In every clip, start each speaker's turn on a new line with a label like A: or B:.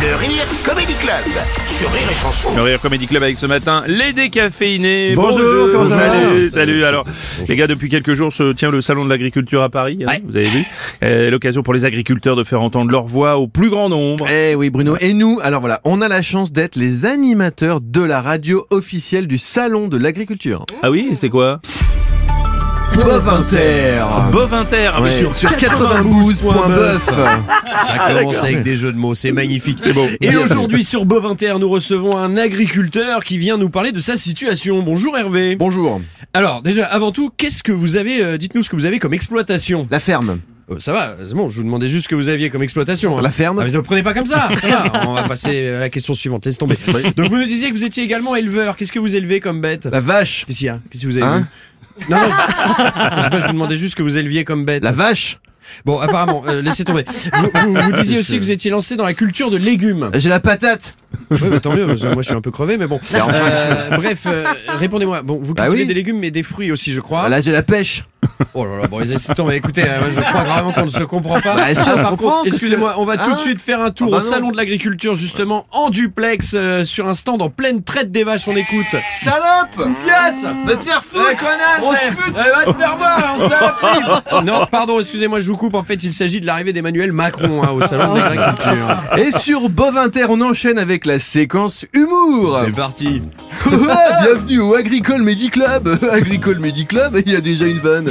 A: Le Rire Comedy Club sur Rire et Chanson.
B: Le Rire Comedy Club avec ce matin les décaféinés.
C: Bonjour, comment
B: salut,
C: ça va
B: salut, Alors, les gars, depuis quelques jours se tient le salon de l'agriculture à Paris. hein, Vous avez vu Euh, L'occasion pour les agriculteurs de faire entendre leur voix au plus grand nombre.
C: Eh oui Bruno, et nous, alors voilà, on a la chance d'être les animateurs de la radio officielle du Salon de l'Agriculture.
B: Ah oui, c'est quoi
C: Bovinter
B: Bovinter ah, mais
C: sur, sur 92.boeuf
D: 92.boeuf. Ça commence avec des jeux de mots, c'est magnifique, c'est beau. Ah, Et aujourd'hui sur Bovinter, nous recevons un agriculteur qui vient nous parler de sa situation. Bonjour Hervé.
C: Bonjour,
D: Alors déjà, avant tout, qu'est-ce que vous avez euh, Dites-nous ce que vous avez comme exploitation.
C: la ferme.
D: Euh, ça va, c'est bon. Je vous demandais juste ce que vous aviez comme exploitation. hein.
C: La ferme
D: Ah, mais ne le prenez pas comme ça. Ça va. On va passer à la question suivante. Laisse tomber. Donc vous nous disiez que vous étiez également éleveur. Qu'est-ce que vous élevez comme bête
C: La vache
D: Qu'est-ce qu'il y a Qu'est-ce que vous avez
C: Hein
D: vu Non, non. je sais pas, je vous demandais juste ce que vous éleviez comme bête.
C: La vache
D: Bon, apparemment, euh, laissez tomber. Vous, vous- vous disiez aussi que vous étiez lancé dans la culture de légumes.
C: J'ai la patate
D: Ouais, bah, tant mieux, parce que moi je suis un peu crevé, mais bon. Euh, bref, euh, répondez-moi. Bon, vous
C: Bah
D: cultivez
C: oui.
D: des légumes, mais des fruits aussi, je crois.
C: Là j'ai la pêche
D: Oh là là, bon, les assistants, mais écoutez, euh, moi, je crois vraiment qu'on ne se comprend pas. Ah,
C: Bah, si, on se
D: par
C: comprend, parce
D: contre,
C: que-
D: excusez-moi, on va tout
C: Hein
D: de suite faire un tour
C: Ah bah
D: au
C: non.
D: salon de l'agriculture, justement, en duplex, euh, sur un stand en pleine traite des vaches, on écoute.
C: Salope Fiasse Va te faire foutre Eh, Grosse pute
D: Non, pardon, excusez-moi, je vous coupe. En fait, il s'agit de l'arrivée d'Emmanuel Macron hein, au salon de l'agriculture.
C: Et sur Bovinter, on enchaîne avec la séquence humour
D: C'est parti.
C: Ah, Bienvenue au Agricole Medi Club Agricole Medi Club, il y a déjà une vanne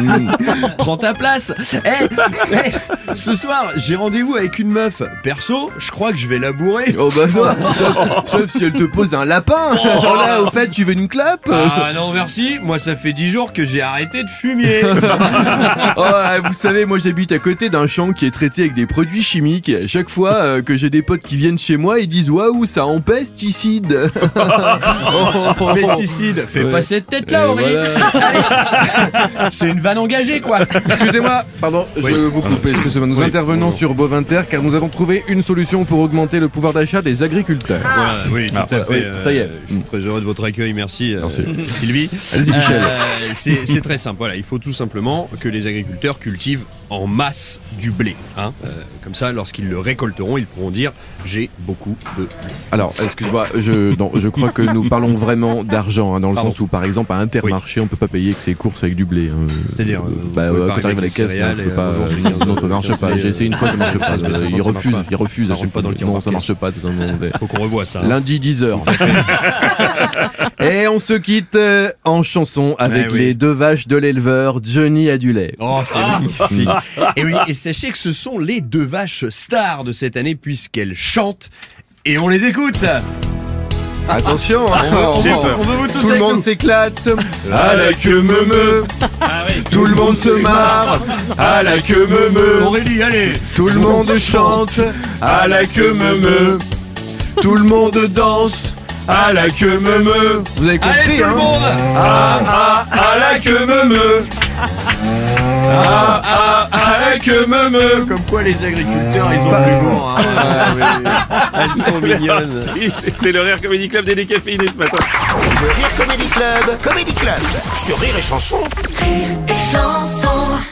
C: Mm.
D: Prends ta place. Eh, eh, ce soir, j'ai rendez-vous avec une meuf. Perso, je crois que je vais la bourrer.
C: Oh bah non, sauf, sauf si elle te pose un lapin. Oh là, au fait, tu veux une clope
D: Ah non, merci. Moi, ça fait 10 jours que j'ai arrêté de fumier.
C: Oh, ah, Vous savez, moi j'habite à côté d'un champ qui est traité avec des produits chimiques. Et à Chaque fois euh, que j'ai des potes qui viennent chez moi, ils disent waouh, ça en pesticide.
D: Pesticides, fais
C: Ouais.
D: pas cette tête-là, Aurélie. Allez. C'est une vanne engagée, quoi.
C: Excusez-moi, pardon,
D: Oui.
C: je veux vous couper. Excusez-moi, nous
D: Oui,
C: intervenons
D: bonjour.
C: sur Bovinter car nous avons trouvé une solution pour augmenter le pouvoir d'achat des agriculteurs.
D: Ah, oui, tout à euh,
C: oui, ça y est.
D: je suis très heureux de votre accueil, merci, euh, Sylvie.
C: Allez-y, Michel.
D: Euh, c'est c'est très simple. Voilà, il faut tout simplement que les agriculteurs cultivent en masse du blé. hein. Euh, comme ça, lorsqu'ils le récolteront, ils pourront dire j'ai beaucoup de blé.
C: Alors, excuse-moi, je, non, je crois que nous parlons vraiment d'argent, hein, dans le
D: Pardon.
C: sens où, par exemple, à Intermarché, on peut pas payer que ses courses avec du blé. hein.
D: C'est-à-dire, euh,
C: bah,
D: vous pouvez
C: euh,
D: pas
C: quand t'arrives à la
D: régler
C: caisse,
D: les
C: non, tu peux
D: céréales,
C: pas.
D: et, euh, aujourd'hui,
C: euh, non, ça
D: 15,
C: marche pas. J'ai essayé une fois, ça marche pas.
D: mais ça
C: Ils
D: marche
C: refusent,
D: pas.
C: ils refusent
D: Ça
C: à
D: rentre
C: chaque
D: pas
C: fois.
D: dans le tiroir
C: Non, ça
D: de
C: marche pas. c'est ça, non, mais-
D: Faut qu'on revoie ça. hein.
C: Lundi 10h. Et on se quitte euh, en chanson avec
D: Eh oui.
C: les deux vaches de l'éleveur Johnny Adulay.
D: Oh, c'est
B: Ah.
D: magnifique. Et oui, et sachez que ce sont les deux vaches stars de cette année puisqu'elles chantent et on les écoute.
C: Attention,
D: On veut,
B: hein. J'ai
D: on veut-
B: peur.
D: on veut vous tous
C: tout le
D: avec
C: monde
D: nous.
C: s'éclate,
B: À la queue me me,
C: tout le monde se marre,
B: à la queue me me,
D: Aurélie, allez.
C: tout le monde chante,
D: Ah,
B: à la queue me me,
C: tout le monde danse.
B: à la queue me me,
C: Vous avez compris,
D: Allez tout
C: hein
D: le monde.
B: ah, à la queue me me. Ah, ah, à la queue me me.
D: Comme quoi les agriculteurs, ils ont de l'humour. hein. Elles sont mignonnes.
B: Merci. C'était le Rire Comedy Club des décaféinés ce matin.
A: Le Rire Comedy Club, Comedy Club sur Rire et Chanson.
E: Rire et chanson.